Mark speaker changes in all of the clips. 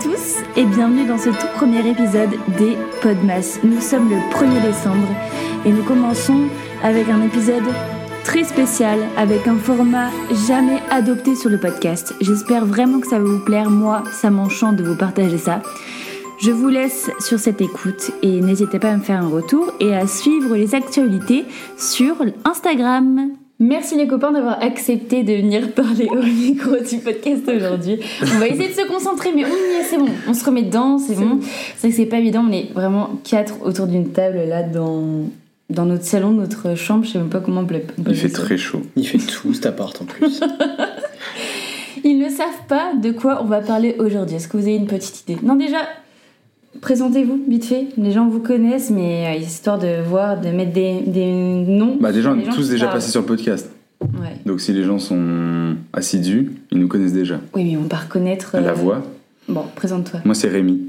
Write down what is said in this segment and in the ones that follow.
Speaker 1: tous et bienvenue dans ce tout premier épisode des Podmas. Nous sommes le 1er décembre et nous commençons avec un épisode très spécial avec un format jamais adopté sur le podcast. J'espère vraiment que ça va vous plaire. Moi, ça m'enchante de vous partager ça. Je vous laisse sur cette écoute et n'hésitez pas à me faire un retour et à suivre les actualités sur Instagram. Merci les copains d'avoir accepté de venir parler au micro du podcast aujourd'hui. On va essayer de se concentrer, mais on y est, c'est bon. On se remet dedans, c'est bon. C'est vrai que c'est pas évident, on est vraiment quatre autour d'une table là dans, dans notre salon, notre chambre, je sais même pas comment on peut on peut
Speaker 2: Il fait
Speaker 1: appeler ça.
Speaker 2: très chaud.
Speaker 3: Il fait tout cet appart en plus.
Speaker 1: Ils ne savent pas de quoi on va parler aujourd'hui. Est-ce que vous avez une petite idée Non, déjà, présentez-vous vite fait. Les gens vous connaissent, mais euh, histoire de voir, de mettre des, des noms.
Speaker 2: Bah déjà, on
Speaker 1: Les
Speaker 2: est
Speaker 1: gens
Speaker 2: tous
Speaker 1: qui
Speaker 2: déjà
Speaker 1: parlent.
Speaker 2: passés sur le podcast.
Speaker 1: Ouais.
Speaker 2: Donc si les gens sont assidus, ils nous connaissent déjà.
Speaker 1: Oui, mais on va reconnaître. euh,
Speaker 2: La voix,
Speaker 1: Bon, présente-toi.
Speaker 2: moi c'est Rémi.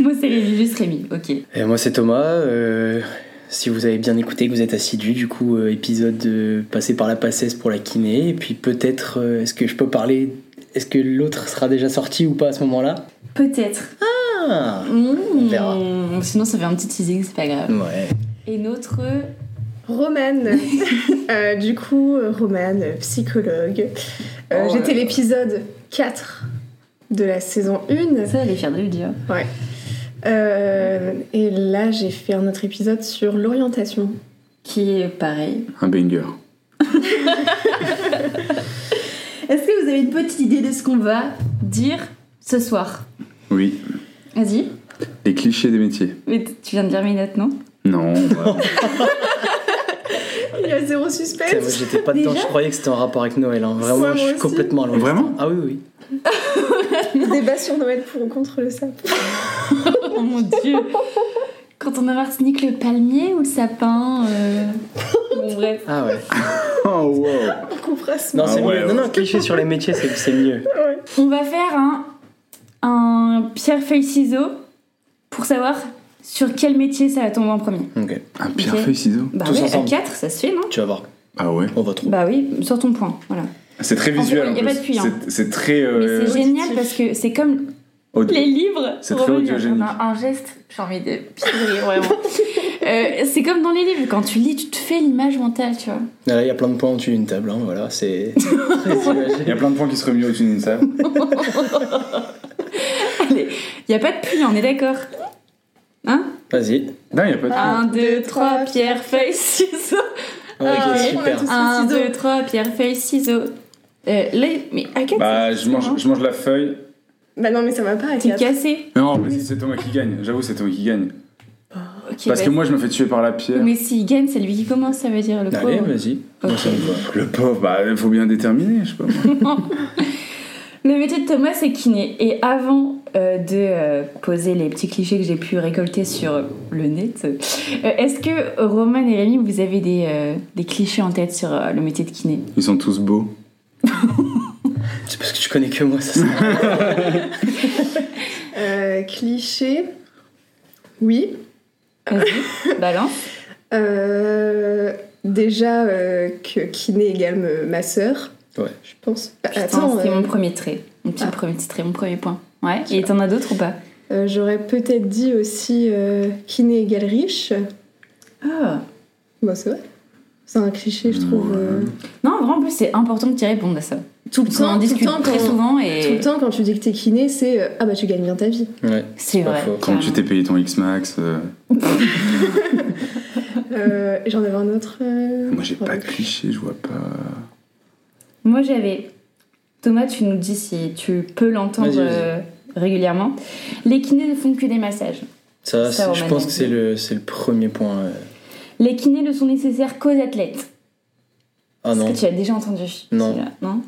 Speaker 1: Moi, c'est Rémi, juste Rémi, ok.
Speaker 3: Et moi c'est Thomas. euh, si vous avez bien écouté, que vous êtes assidu, du coup euh, épisode euh, passé par la passesse pour la kiné. Et puis peut-être, euh, est-ce que je peux parler Est-ce que l'autre sera déjà sorti ou pas à ce moment-là
Speaker 1: Peut-être.
Speaker 3: Ah
Speaker 1: Mmh.
Speaker 3: verra.
Speaker 1: Sinon, ça fait un petit teasing, c'est pas grave.
Speaker 3: Ouais.
Speaker 1: Et euh, notre.
Speaker 4: Romane, Euh, du coup, euh, Romane, euh, psychologue. Euh,
Speaker 1: Oh
Speaker 4: J'étais
Speaker 1: là là.
Speaker 4: l'épisode 4 de la saison 1.
Speaker 1: Ça, elle est fière de le dire.
Speaker 4: Ouais. Euh, et là, j'ai fait un autre épisode sur l'orientation.
Speaker 1: Qui est pareil.
Speaker 2: Un banger.
Speaker 1: Est-ce que vous avez une petite idée de ce qu'on va dire ce soir
Speaker 2: Oui,
Speaker 1: Vas-y.
Speaker 2: les clichés des métiers.
Speaker 1: Mais t- tu viens de lire mes notes, non
Speaker 2: Non, bah,
Speaker 4: Il y a zéro
Speaker 3: Putain, moi,
Speaker 4: suspense.
Speaker 3: J'étais pas dedans,
Speaker 1: Déjà
Speaker 3: je croyais que c'était en rapport avec Noël. hein. Vraiment,
Speaker 4: Ouais, moi
Speaker 3: je suis
Speaker 4: aussi.
Speaker 3: complètement à l'ouest.
Speaker 2: Vraiment
Speaker 3: Ah oui, oui.
Speaker 4: Débat sur Noël pour ou contre le sapin.
Speaker 1: Oh mon dieu Quand on a Martinique, le palmier ou le sapin euh, Bon, bref.
Speaker 3: Ah ouais.
Speaker 2: oh wow.
Speaker 4: On coupera ce
Speaker 3: Non,
Speaker 2: Ah
Speaker 3: c'est
Speaker 2: ouais,
Speaker 3: mieux.
Speaker 2: ouais.
Speaker 3: Non, non, cliché sur les métiers, c'est c'est mieux.
Speaker 4: moment. Ouais.
Speaker 1: On va faire un, un pierre-feuille-ciseau pour savoir sur quel métier ça va tomber en premier.
Speaker 3: Ok.
Speaker 2: Un pierre feuille ciseau.
Speaker 1: Bah
Speaker 3: Tous
Speaker 1: ouais, à
Speaker 3: ensemble.
Speaker 1: 4, ça se fait, non
Speaker 3: Tu vas voir.
Speaker 2: Ah ouais.
Speaker 3: On va trouver.
Speaker 1: Bah oui, sur ton point, voilà.
Speaker 2: C'est très
Speaker 1: En fait,
Speaker 2: visuel en,
Speaker 1: y a
Speaker 2: plus.
Speaker 1: pas de puits, hein.
Speaker 2: C'est- C'est très.
Speaker 1: Mais
Speaker 2: euh,
Speaker 1: c'est génial
Speaker 4: auditif.
Speaker 1: parce que c'est comme
Speaker 2: audio.
Speaker 1: les livres.
Speaker 2: C'est très
Speaker 1: Romain,
Speaker 2: audiogénique.
Speaker 1: on a Un geste, j'ai envie de piquer, vraiment. Euh, c'est comme dans les livres, quand tu lis, tu te fais l'image mentale, tu vois.
Speaker 3: Là, il y a plein de points en dessous d'une table. hein, voilà, c'est. très imagé.
Speaker 2: Il y a plein de points qui seraient mieux au-dessus d'une table.
Speaker 1: Il y a pas de puits, on est d'accord Hein
Speaker 3: Vas-y.
Speaker 2: Non, il y a pas de
Speaker 1: Un, deux,
Speaker 4: deux,
Speaker 1: trois,
Speaker 4: trois,
Speaker 1: pierre, feuille, ciseaux.
Speaker 3: Ok,
Speaker 4: Ah, on a
Speaker 3: super.
Speaker 4: tous- Ciseaux.
Speaker 1: Un, deux, trois, pierre, feuille, ciseaux. Euh, là, mais à quatre,
Speaker 2: Bah, je
Speaker 1: hein.
Speaker 2: mange, je mange la feuille.
Speaker 4: Bah non, mais ça va pas à
Speaker 1: c'est
Speaker 4: 4.
Speaker 1: cassé.
Speaker 2: Non, mais si c'est Thomas qui gagne. J'avoue, c'est Thomas qui gagne.
Speaker 1: Ok,
Speaker 2: Parce
Speaker 1: bah,
Speaker 2: que moi, je me fais tuer par la pierre.
Speaker 1: Mais s'il gagne, c'est lui qui commence, ça veut dire le
Speaker 3: Allez,
Speaker 1: pauvre.
Speaker 3: vas-y.
Speaker 1: Ok.
Speaker 3: Moi, ça me va.
Speaker 2: Le pauvre, bah, il faut bien déterminer, je sais pas. moi.
Speaker 1: Le métier de Thomas, c'est kiné. Et avant euh, de euh, poser les petits clichés que j'ai pu récolter sur le net, euh, est-ce que Roman et Rémi, vous avez des, euh, des clichés en tête sur euh, le métier de kiné
Speaker 2: Ils sont tous beaux.
Speaker 3: C'est parce que tu connais que moi, ça. sert.
Speaker 4: Euh, cliché. Oui.
Speaker 1: Vas-y, balance.
Speaker 4: Euh, déjà euh, que kiné égale me- ma sœur.
Speaker 3: Ouais.
Speaker 4: Je pense. Bah,
Speaker 1: Attends,
Speaker 4: attends,
Speaker 1: c'est
Speaker 4: euh,
Speaker 1: mon premier trait. Mon petit
Speaker 4: ah.
Speaker 1: premier petit trait, mon premier point. Ouais, et t'en as d'autres ou pas
Speaker 4: euh, j'aurais peut-être dit aussi euh, kiné égale riche.
Speaker 1: Ah.
Speaker 4: Bon, c'est vrai. C'est un cliché, je trouve. euh,
Speaker 1: Non, vraiment, en plus, c'est important que tu répondes à ça. Tout le on
Speaker 4: temps,
Speaker 1: en
Speaker 4: tout le
Speaker 1: discute
Speaker 4: temps,
Speaker 1: très
Speaker 4: quand-
Speaker 1: souvent
Speaker 4: Tout
Speaker 1: et
Speaker 4: le temps, quand tu dis que t'es kiné, c'est euh, ah bah tu gagnes bien ta vie.
Speaker 3: Ouais.
Speaker 1: c'est
Speaker 3: pas
Speaker 1: vrai.
Speaker 3: faux.
Speaker 2: Quand tu
Speaker 1: carrément.
Speaker 2: t'es payé ton X-Max. euh,
Speaker 4: Euh, J'en avais un autre. euh,
Speaker 2: Moi, j'ai pas
Speaker 4: pardon.
Speaker 2: de cliché, je vois pas.
Speaker 3: Euh.
Speaker 1: Moi j'avais. Thomas, tu nous dis si tu peux l'entendre
Speaker 3: Vas-y, vas-y.
Speaker 1: euh, régulièrement. Les kinés ne font que des massages.
Speaker 3: Ça,
Speaker 1: Ça,
Speaker 3: c'est-
Speaker 1: on
Speaker 3: je
Speaker 1: m'a
Speaker 3: pense
Speaker 1: dit.
Speaker 3: que c'est le, c'est le premier point. euh.
Speaker 1: Les kinés ne sont nécessaires qu'aux athlètes.
Speaker 3: Ah non.
Speaker 1: Est-ce que tu as déjà entendu
Speaker 3: Non.
Speaker 1: celui-là Non.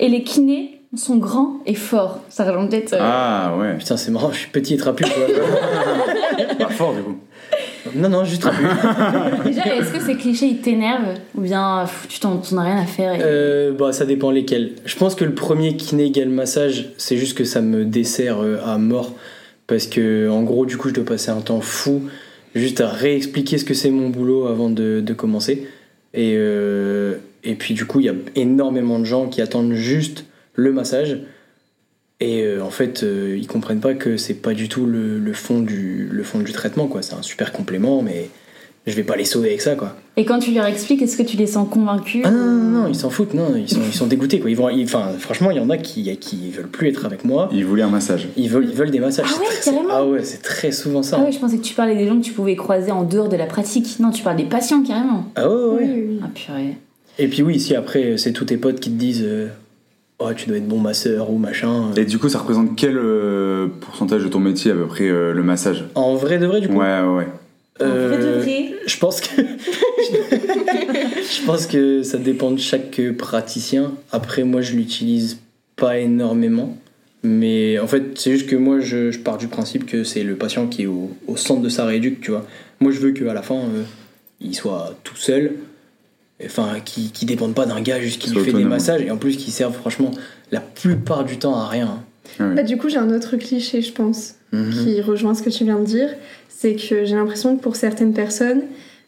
Speaker 1: Et les kinés sont grands et forts. Ça rejoint peut-être. euh,
Speaker 2: Ah ouais.
Speaker 3: Putain, c'est marrant, je suis petit et trapu. quoi.
Speaker 2: Pas fort du coup.
Speaker 3: non, non, juste trapu. Ah.
Speaker 1: Déjà, est-ce que ces clichés ils t'énervent Ou bien euh, pff, tu t'en t'en as rien à faire et-
Speaker 3: Euh, bah, ça dépend lesquels. Je pense que le premier kiné égale massage, c'est juste que ça me dessert euh, à mort. Parce que, en gros, du coup, je dois passer un temps fou juste à réexpliquer ce que c'est mon boulot avant de, de commencer. Et, euh, et puis, du coup, il y a énormément de gens qui attendent juste le massage. Et euh, en fait, euh, ils comprennent pas que c'est pas du tout le, le fond, du, le fond du traitement, quoi. C'est un super complément, mais je vais pas les sauver avec ça, quoi.
Speaker 1: Et quand tu leur expliques, est-ce que tu les sens convaincus
Speaker 3: Ah non, non, non, non, ils s'en foutent, non, ils sont, ils sont dégoûtés, quoi. Ils vont, ils- enfin, franchement, il y en a qui, qui veulent plus être avec moi.
Speaker 2: Il voulait un massage.
Speaker 3: Ils veulent, ils veulent des massages.
Speaker 1: Ah
Speaker 3: C'est
Speaker 1: ouais,
Speaker 3: très- c'est-
Speaker 1: carrément.
Speaker 3: ah ouais, c'est très souvent ça.
Speaker 1: Ah oui, je pensais que tu parlais des gens que tu pouvais croiser en dehors de la pratique. Non, tu parles des patients carrément.
Speaker 3: Ah ouais, ouais.
Speaker 4: Oui,
Speaker 1: Ah purée.
Speaker 3: Et puis oui, si après, c'est tous tes potes qui te disent euh, Oh, tu dois être bon masseur ou machin. euh.
Speaker 2: Et du coup, ça représente quel euh, pourcentage de ton métier à peu près euh, le massage
Speaker 3: En vrai de vrai, du
Speaker 2: Ouais,
Speaker 3: coup.
Speaker 2: ouais, ouais.
Speaker 3: euh,
Speaker 1: En vrai de vrai.
Speaker 3: Je pense que. je pense que ça dépend de chaque praticien. Après, moi, je l'utilise pas énormément. Mais en fait, c'est juste que moi, je, je pars du principe que c'est le patient qui est au, au centre de sa rééduque, tu vois. Moi, je veux qu'à la fin, euh, il soit tout seul. Enfin, qui, qui dépende pas d'un gars juste qui lui
Speaker 2: Soit
Speaker 3: fait des
Speaker 2: autonome.
Speaker 3: massages et en plus qui servent franchement la plupart du temps à rien. hein.
Speaker 4: Bah, du coup, j'ai un autre cliché, je pense.
Speaker 2: Mhm.
Speaker 4: qui rejoint ce que tu viens de dire, c'est que j'ai l'impression que pour certaines personnes,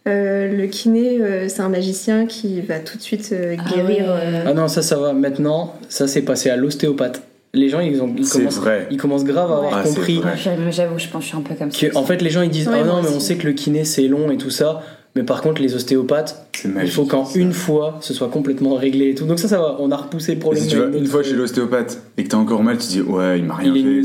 Speaker 4: euh, le kiné, euh, c'est un magicien qui va tout de suite euh,
Speaker 1: Ah
Speaker 4: guérir.
Speaker 1: ouais.
Speaker 4: euh,
Speaker 3: Ah non, ça, ça va. Maintenant, ça, c'est passé à l'ostéopathe. Les gens, ils, ont, ils,
Speaker 2: C'est
Speaker 3: commencent,
Speaker 2: vrai.
Speaker 3: ils commencent grave à avoir
Speaker 2: Ah, c'est
Speaker 3: compris
Speaker 2: vrai.
Speaker 1: Ah, j'avoue, J'avoue, je pense que je suis un peu comme ça.
Speaker 3: que, en fait, les gens, ils disent
Speaker 4: Ouais,
Speaker 3: Ah
Speaker 4: moi
Speaker 3: non, mais on
Speaker 4: aussi.
Speaker 3: sait que le kiné, c'est long et tout ça. Mais par contre, les ostéopathes,
Speaker 2: C'est
Speaker 3: il
Speaker 2: magique.
Speaker 3: faut qu'en
Speaker 2: ça.
Speaker 3: une fois, ce soit complètement réglé et tout. Donc ça, ça va. On a repoussé le
Speaker 2: Et
Speaker 3: problème.
Speaker 2: si tu
Speaker 3: à
Speaker 2: vas
Speaker 3: autre-
Speaker 2: une fois chez l'ostéopathe et que t'as encore mal, tu dis ouais, il m'a rien
Speaker 3: Il est
Speaker 2: fait,
Speaker 3: nul.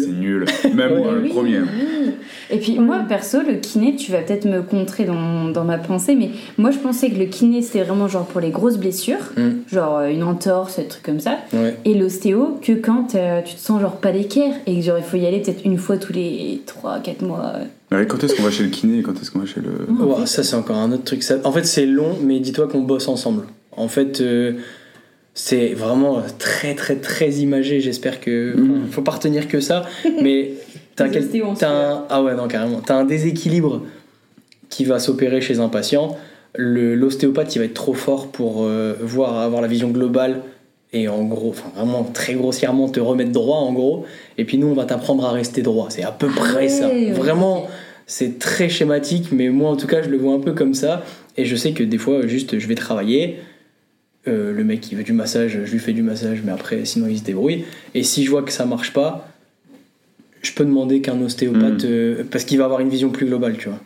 Speaker 2: c'est nul. Même
Speaker 3: Ouais.
Speaker 2: moi, le
Speaker 1: Oui,
Speaker 2: premier.
Speaker 1: oui. Et puis moi perso, le kiné, tu vas peut-être me contrer dans, dans ma pensée, mais moi je pensais que le kiné c'était vraiment genre pour les grosses blessures,
Speaker 3: Mm.
Speaker 1: genre euh, une entorse, des trucs comme ça,
Speaker 3: Ouais.
Speaker 1: et l'ostéo que quand euh, tu te sens genre pas d'équerre et que genre il faut y aller peut-être une fois tous les 3-4 mois. euh.
Speaker 2: Mais quand est-ce qu'on va chez le kiné et quand est-ce qu'on va chez le.
Speaker 1: Mm.
Speaker 3: Ouah, ça, c'est encore un autre truc. Ça- En fait, c'est long, mais dis-toi qu'on bosse ensemble. En fait, euh, c'est vraiment très, très, très imagé. J'espère que.
Speaker 2: Mm.
Speaker 3: Faut pas retenir que ça. Mais t'as
Speaker 1: Les
Speaker 3: quel-
Speaker 1: ostéos, on
Speaker 3: t'as un... Ah ouais, non, carrément. T'as un déséquilibre qui va s'opérer chez un patient. Le- L'ostéopathe, il va être trop fort pour euh, voir, avoir la vision globale et en gros, enfin vraiment très grossièrement, te remettre droit en gros. Et puis nous, on va t'apprendre à rester droit. C'est à peu près
Speaker 1: ouais,
Speaker 3: ça.
Speaker 1: Ah ouais,
Speaker 3: Vraiment,
Speaker 1: ok.
Speaker 3: c'est très schématique, mais moi en tout cas, je le vois un peu comme ça. Et je sais que des fois, juste, je vais travailler. Euh, le mec qui veut du massage, je lui fais du massage, mais après, sinon, il se débrouille. Et si je vois que ça marche pas, je peux demander qu'un
Speaker 2: Mhm.
Speaker 3: ostéopathe, euh, parce qu'il va avoir une vision plus globale, tu vois.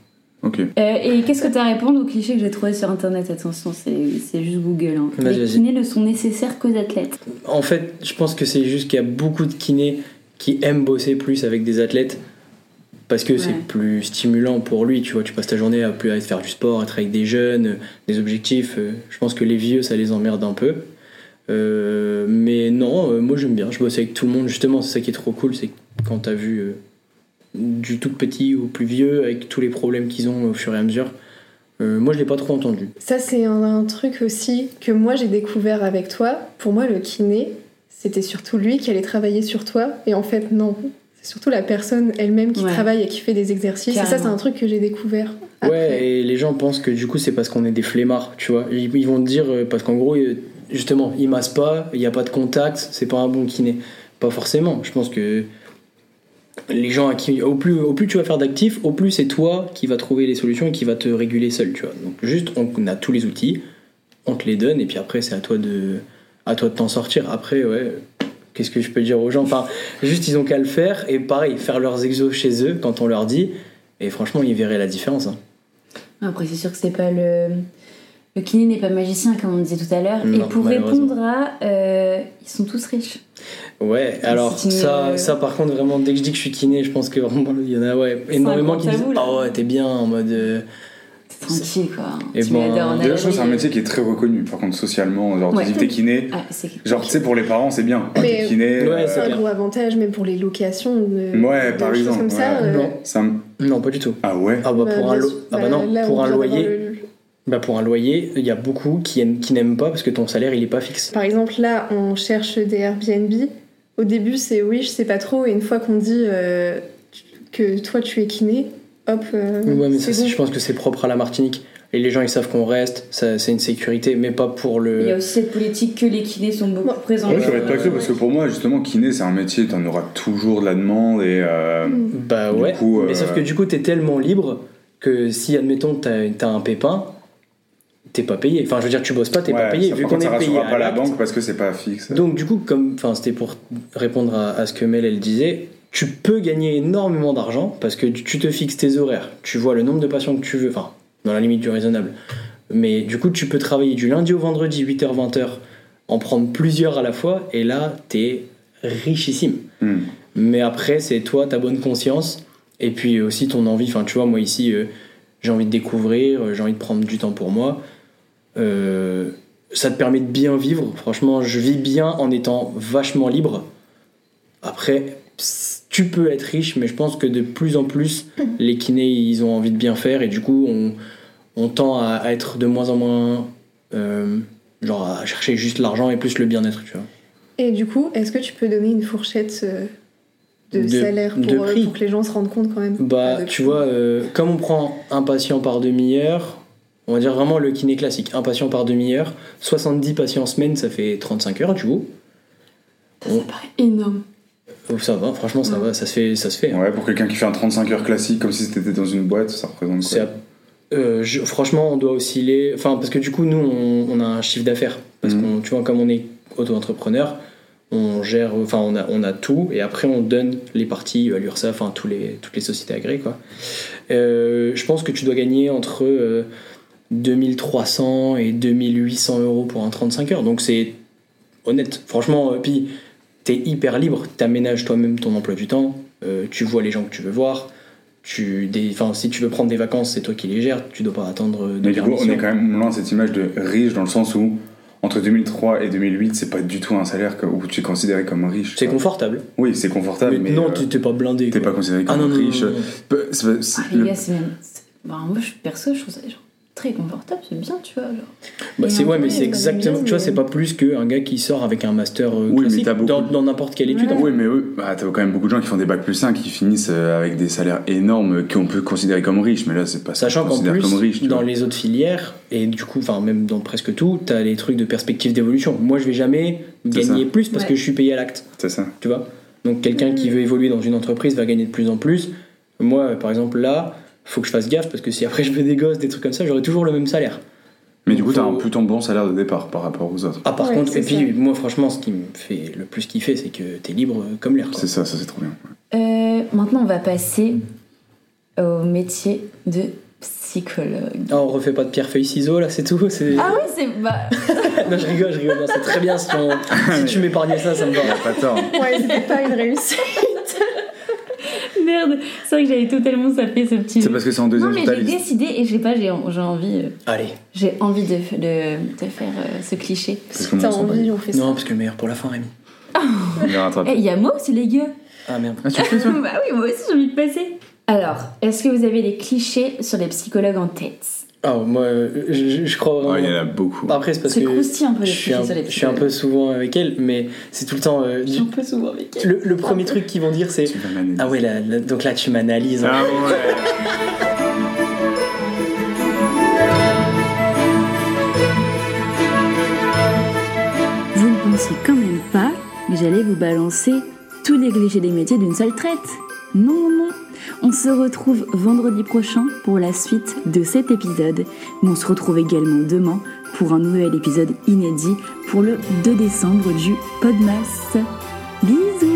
Speaker 2: Ok.
Speaker 1: Euh, et qu'est-ce que t'as à répondre aux clichés que j'ai trouvé sur internet Attention, c'est c'est juste Google. hein.
Speaker 3: Vas-y,
Speaker 1: Les
Speaker 3: vas-y.
Speaker 1: kinés ne sont nécessaires qu'aux athlètes.
Speaker 3: En fait, je pense que c'est juste qu'il y a beaucoup de kinés qui aiment bosser plus avec des athlètes parce que c'est
Speaker 1: Ouais.
Speaker 3: plus stimulant pour lui. Tu vois, tu passes ta journée à plus à faire du sport, à être avec des jeunes, euh, des objectifs. euh, Je pense que les vieux, ça les emmerde un peu. Euh, mais non, euh, moi j'aime bien. Je bosse avec tout le monde. Justement, c'est ça qui est trop cool, c'est que quand t'as vu euh, du tout petit au plus vieux avec tous les problèmes qu'ils ont au fur et à mesure. euh, moi, je l'ai pas trop entendu.
Speaker 4: Ça, c'est un, un truc aussi que moi j'ai découvert avec toi. Pour moi, le kiné, c'était surtout lui qui allait travailler sur toi. Et en fait, non. C'est surtout la personne elle-même qui
Speaker 1: Ouais.
Speaker 4: travaille et qui fait des exercices. Et ça, c'est
Speaker 1: Carrément.
Speaker 4: un truc que j'ai découvert.
Speaker 3: Ouais,
Speaker 4: après.
Speaker 3: et les gens pensent que du coup c'est parce qu'on est des flemmards, tu vois. Ils, ils vont te dire, euh, parce qu'en gros, euh, justement, ils massent pas, il n'y a pas de contact, c'est pas un bon kiné. Pas forcément, je pense que les gens à qui. Au plus, au plus tu vas faire d'actifs, au plus c'est toi qui va trouver les solutions et qui va te réguler seul, tu vois. Donc juste, on a tous les outils, on te les donne, et puis après c'est à toi de à toi de t'en sortir. Après, ouais. Qu'est-ce que je peux dire aux gens Enfin, juste ils ont qu'à le faire et pareil, faire leurs exos chez eux quand on leur dit. Et franchement, ils verraient la différence. hein.
Speaker 1: Après, c'est sûr que c'est pas le. Le kiné n'est pas magicien, comme on disait tout à l'heure.
Speaker 3: Non,
Speaker 1: et pour
Speaker 3: malheureusement.
Speaker 1: répondre à. euh, ils sont tous riches.
Speaker 3: Ouais, alors
Speaker 1: c'est une-
Speaker 3: ça, ça par contre vraiment dès que je dis que je suis kiné, je pense que vraiment il y en a ouais, énormément
Speaker 1: grand
Speaker 3: qui disent
Speaker 1: tabou, là.
Speaker 3: ah ouais t'es bien en mode euh,
Speaker 1: C'est tranquille, quoi.
Speaker 3: Et
Speaker 1: tu
Speaker 3: ben,
Speaker 1: m'adores, on a
Speaker 2: D'ailleurs,
Speaker 1: la
Speaker 2: je trouve que Eh c'est un
Speaker 1: vie.
Speaker 2: métier qui est très reconnu, par contre, socialement. Genre,
Speaker 1: Ouais.
Speaker 2: tu dis que t'es kiné.
Speaker 1: Ah, c'est quelque
Speaker 2: Genre, tu
Speaker 1: chose.
Speaker 2: sais, pour les parents, c'est bien. Ah, t'es
Speaker 4: Mais-
Speaker 2: kiné.
Speaker 3: Ouais,
Speaker 4: C'est un
Speaker 3: clair.
Speaker 4: gros avantage, même pour les locations. De,
Speaker 2: Ouais,
Speaker 4: de
Speaker 2: par
Speaker 4: choses
Speaker 2: exemple,
Speaker 4: Comme ça,
Speaker 2: ouais.
Speaker 4: euh,
Speaker 3: non,
Speaker 2: ça me-
Speaker 3: non pas du tout.
Speaker 2: Ah ouais
Speaker 3: Ah bah,
Speaker 4: bah,
Speaker 3: pour un
Speaker 4: bien
Speaker 3: lo-
Speaker 4: sûr.
Speaker 3: ah bah
Speaker 4: Bah,
Speaker 3: non
Speaker 4: là, on
Speaker 3: pour un
Speaker 4: vient d'avoir
Speaker 3: loyer,
Speaker 4: le-
Speaker 3: bah pour un loyer, il y a beaucoup qui aiment- qui n'aiment pas parce que ton salaire il est pas fixe.
Speaker 4: Par exemple, là, on cherche des Airbnb. Au début, c'est oui, je sais pas trop. Et une fois qu'on dit euh, que toi, tu es kiné, hop. euh,
Speaker 3: Ouais mais ça
Speaker 4: c'est
Speaker 3: c'est-
Speaker 4: bon.
Speaker 3: je pense que c'est propre à la Martinique et les gens ils savent qu'on reste, ça c'est une sécurité mais pas pour
Speaker 1: Il y a
Speaker 3: le
Speaker 1: aussi cette politique que les kinés sont beaucoup
Speaker 4: Moi-
Speaker 1: présents.
Speaker 2: Moi, euh, je répète pas que ça, parce que pour moi, justement, kiné, c'est un métier, t'en auras toujours de la demande et. euh,
Speaker 4: Mm.
Speaker 3: bah
Speaker 2: Du
Speaker 3: ouais.
Speaker 2: coup,
Speaker 3: Mais
Speaker 2: euh,
Speaker 3: sauf que du coup t'es tellement libre que si admettons t'as t'as un pépin t'es pas payé. Enfin, je veux dire, tu bosses pas, t'es pas
Speaker 2: Ouais,
Speaker 3: payé.
Speaker 2: ça,
Speaker 3: Vu
Speaker 2: par
Speaker 3: qu'on
Speaker 2: contre, ça
Speaker 3: est payé
Speaker 2: rassurera
Speaker 3: à
Speaker 2: pas la
Speaker 3: l'acte.
Speaker 2: banque parce que c'est pas fixe.
Speaker 3: Donc du coup, comme, enfin, c'était pour répondre à, à ce que Mel elle disait, tu peux gagner énormément d'argent parce que tu, tu te fixes tes horaires, tu vois le nombre de patients que tu veux, enfin, dans la limite du raisonnable. Mais du coup, tu peux travailler du lundi au vendredi 8h-20h, en prendre plusieurs à la fois, et là, t'es richissime.
Speaker 2: Hmm.
Speaker 3: Mais après, c'est toi, ta bonne conscience, et puis aussi ton envie. Enfin, tu vois, moi ici, euh, j'ai envie de découvrir, euh, j'ai envie de prendre du temps pour moi. Euh, ça te permet de bien vivre. Franchement, je vis bien en étant vachement libre. Après, pss, tu peux être riche, mais je pense que de plus en plus, les kinés, ils ont envie de bien faire, et du coup, on, on tend à à être de moins en moins. euh, genre à chercher juste l'argent et plus le bien-être, tu vois.
Speaker 4: Et du coup, est-ce que tu peux donner une fourchette euh, de,
Speaker 3: De-
Speaker 4: salaire pour,
Speaker 3: de
Speaker 4: euh,
Speaker 3: prix.
Speaker 4: pour que les gens se rendent compte quand même
Speaker 3: Bah,
Speaker 4: de-
Speaker 3: tu vois, euh, comme on prend un patient par demi-heure, on va dire vraiment le kiné classique, un patient par demi-heure, 70 patients semaine, ça fait 35 heures, du coup.
Speaker 1: Ça paraît énorme.
Speaker 3: Oh, ça va, franchement, ça va, ça se fait. Ça se fait hein.
Speaker 2: Ouais, pour quelqu'un qui fait un 35 heures classique comme si c'était dans une boîte, ça représente
Speaker 3: C'est
Speaker 2: quoi
Speaker 3: à- euh, je- franchement, on doit osciller. Enfin, parce que du coup, nous, on, on a un chiffre d'affaires. Parce
Speaker 2: Mhm.
Speaker 3: qu'on, tu vois, comme on est auto-entrepreneur, on gère, enfin, on a, on a tout, et après, on donne les parties à l'URSSAF, enfin, tous les, toutes les sociétés agréées, quoi. Euh, je pense que tu dois gagner entre euh, 2300 et 2800 euros pour un 35 heures. Donc, c'est honnête. Franchement, euh, puis, t'es hyper libre. T'aménages toi-même ton emploi du temps. euh, tu vois les gens que tu veux voir. Tu, des, enfin, si tu veux prendre des vacances, c'est toi qui les gères. Tu dois pas attendre euh, de
Speaker 2: Mais du coup, on
Speaker 3: permission.
Speaker 2: est quand même loin de cette image de riche dans le sens où entre 2003 et 2008, c'est pas du tout un salaire que- où tu es considéré comme riche.
Speaker 3: C'est
Speaker 2: quoi.
Speaker 3: confortable.
Speaker 2: Oui, c'est confortable, mais,
Speaker 3: mais non,
Speaker 2: euh,
Speaker 3: tu t'es pas blindé.
Speaker 2: t'es
Speaker 3: quoi.
Speaker 2: pas considéré
Speaker 3: Ah
Speaker 2: comme
Speaker 3: non, non, non,
Speaker 2: riche.
Speaker 3: non, non.
Speaker 2: Peu- c'est- c'est-
Speaker 5: Ah,
Speaker 2: le-
Speaker 5: les gars, c'est même. c'est- Bah, moi, je, perso, je trouve ça genre, très confortable, c'est bien, tu vois. Genre.
Speaker 3: Bah,
Speaker 5: Et
Speaker 3: c'est
Speaker 5: en
Speaker 3: ouais,
Speaker 5: vrai,
Speaker 3: mais c'est
Speaker 5: bah,
Speaker 3: exactement.
Speaker 5: bien,
Speaker 3: Tu vois,
Speaker 5: mais-
Speaker 3: c'est pas plus qu'un gars qui sort avec un master euh,
Speaker 2: Oui, mais
Speaker 3: classique
Speaker 2: t'as beaucoup-
Speaker 3: dans dans n'importe quelle étude.
Speaker 5: Ouais.
Speaker 3: en fait.
Speaker 2: Oui, mais eux, bah, t'as quand même beaucoup de gens qui font des bacs plus 5 qui finissent euh, avec des salaires énormes euh, qu'on peut considérer comme riches, mais là, c'est pas ça.
Speaker 3: Sachant
Speaker 2: qu'on
Speaker 3: qu'en
Speaker 2: considère
Speaker 3: plus,
Speaker 2: comme riche, tu
Speaker 3: dans
Speaker 2: vois.
Speaker 3: les autres filières, et du coup, enfin, même dans presque tout, t'as les trucs de perspective d'évolution. Moi, je vais jamais
Speaker 2: C'est
Speaker 3: gagner plus parce
Speaker 5: Ouais.
Speaker 3: que je suis payé à l'acte,
Speaker 2: C'est ça.
Speaker 3: tu vois. Donc, quelqu'un
Speaker 4: Mm.
Speaker 3: qui veut évoluer dans une entreprise va gagner de plus en plus. Moi, par exemple, là, faut que je fasse gaffe parce que si après je fais des gosses, des trucs comme ça, j'aurai toujours le même salaire.
Speaker 2: Mais du coup, t'as
Speaker 3: Faut-
Speaker 2: un plutôt bon salaire de départ par rapport aux autres.
Speaker 3: Ah, par
Speaker 4: Ouais,
Speaker 3: contre,
Speaker 4: c'est
Speaker 3: et puis,
Speaker 4: ça.
Speaker 3: moi, franchement, ce qui me fait le plus kiffer, c'est que t'es libre euh, comme l'air. quoi.
Speaker 2: C'est ça, ça c'est trop bien.
Speaker 5: Euh, maintenant, on va passer au métier de psychologue.
Speaker 3: Ah, on refait pas de pierre feuille ciseaux là, c'est tout. c'est-
Speaker 5: Ah oui, c'est. Bah,
Speaker 3: non, je rigole, je rigole. Non, c'est très bien si, on- si tu m'épargnais ça, ça me va.
Speaker 2: Pas tort.
Speaker 4: Ouais, c'était pas une réussite.
Speaker 5: merde, c'est vrai que j'avais totalement sapé ce petit.
Speaker 2: C'est parce que c'est
Speaker 5: Non,
Speaker 2: en deuxième
Speaker 5: mais
Speaker 2: total,
Speaker 5: j'ai
Speaker 2: ils-
Speaker 5: décidé et je sais pas, j'ai j'ai envie, euh,
Speaker 3: Allez.
Speaker 5: j'ai envie de, de, de faire euh, ce cliché.
Speaker 2: Parce
Speaker 4: Si
Speaker 2: que moi,
Speaker 4: t'as
Speaker 2: on s'en bat.
Speaker 4: envie, on fait ça.
Speaker 3: Non, parce que le meilleur pour la fin, Rémi.
Speaker 2: On les rattrape.
Speaker 5: Eh, il y a moi aussi, les gars
Speaker 3: Ah merde.
Speaker 2: Ah, tu le fais, toi
Speaker 5: Bah oui, moi aussi, j'ai envie de passer Alors, est-ce que vous avez des clichés sur les psychologues en tête
Speaker 3: Ah, moi, euh, je, je- je crois vraiment.
Speaker 2: Ouais, Oh, il y en a beaucoup.
Speaker 3: Après, c'est parce
Speaker 5: C'est
Speaker 3: que
Speaker 5: croustillant un peu les
Speaker 3: je suis
Speaker 5: clichés
Speaker 3: un,
Speaker 5: sur les
Speaker 3: je suis un peu souvent avec elle, mais c'est tout le temps. euh,
Speaker 5: Je suis un peu souvent avec elle.
Speaker 3: le, le premier truc qu'ils vont dire, c'est
Speaker 2: Tu vas m'analyser.
Speaker 3: Ah ouais, là, là, donc là, tu m'analyses. hein.
Speaker 2: Ah ouais.
Speaker 1: Vous ne pensez quand même pas que j'allais vous balancer tous les clichés des métiers d'une seule traite Non, non On se retrouve vendredi prochain pour la suite de cet épisode, mais on se retrouve également demain pour un nouvel épisode inédit pour le 2 décembre du Podmas. Bisous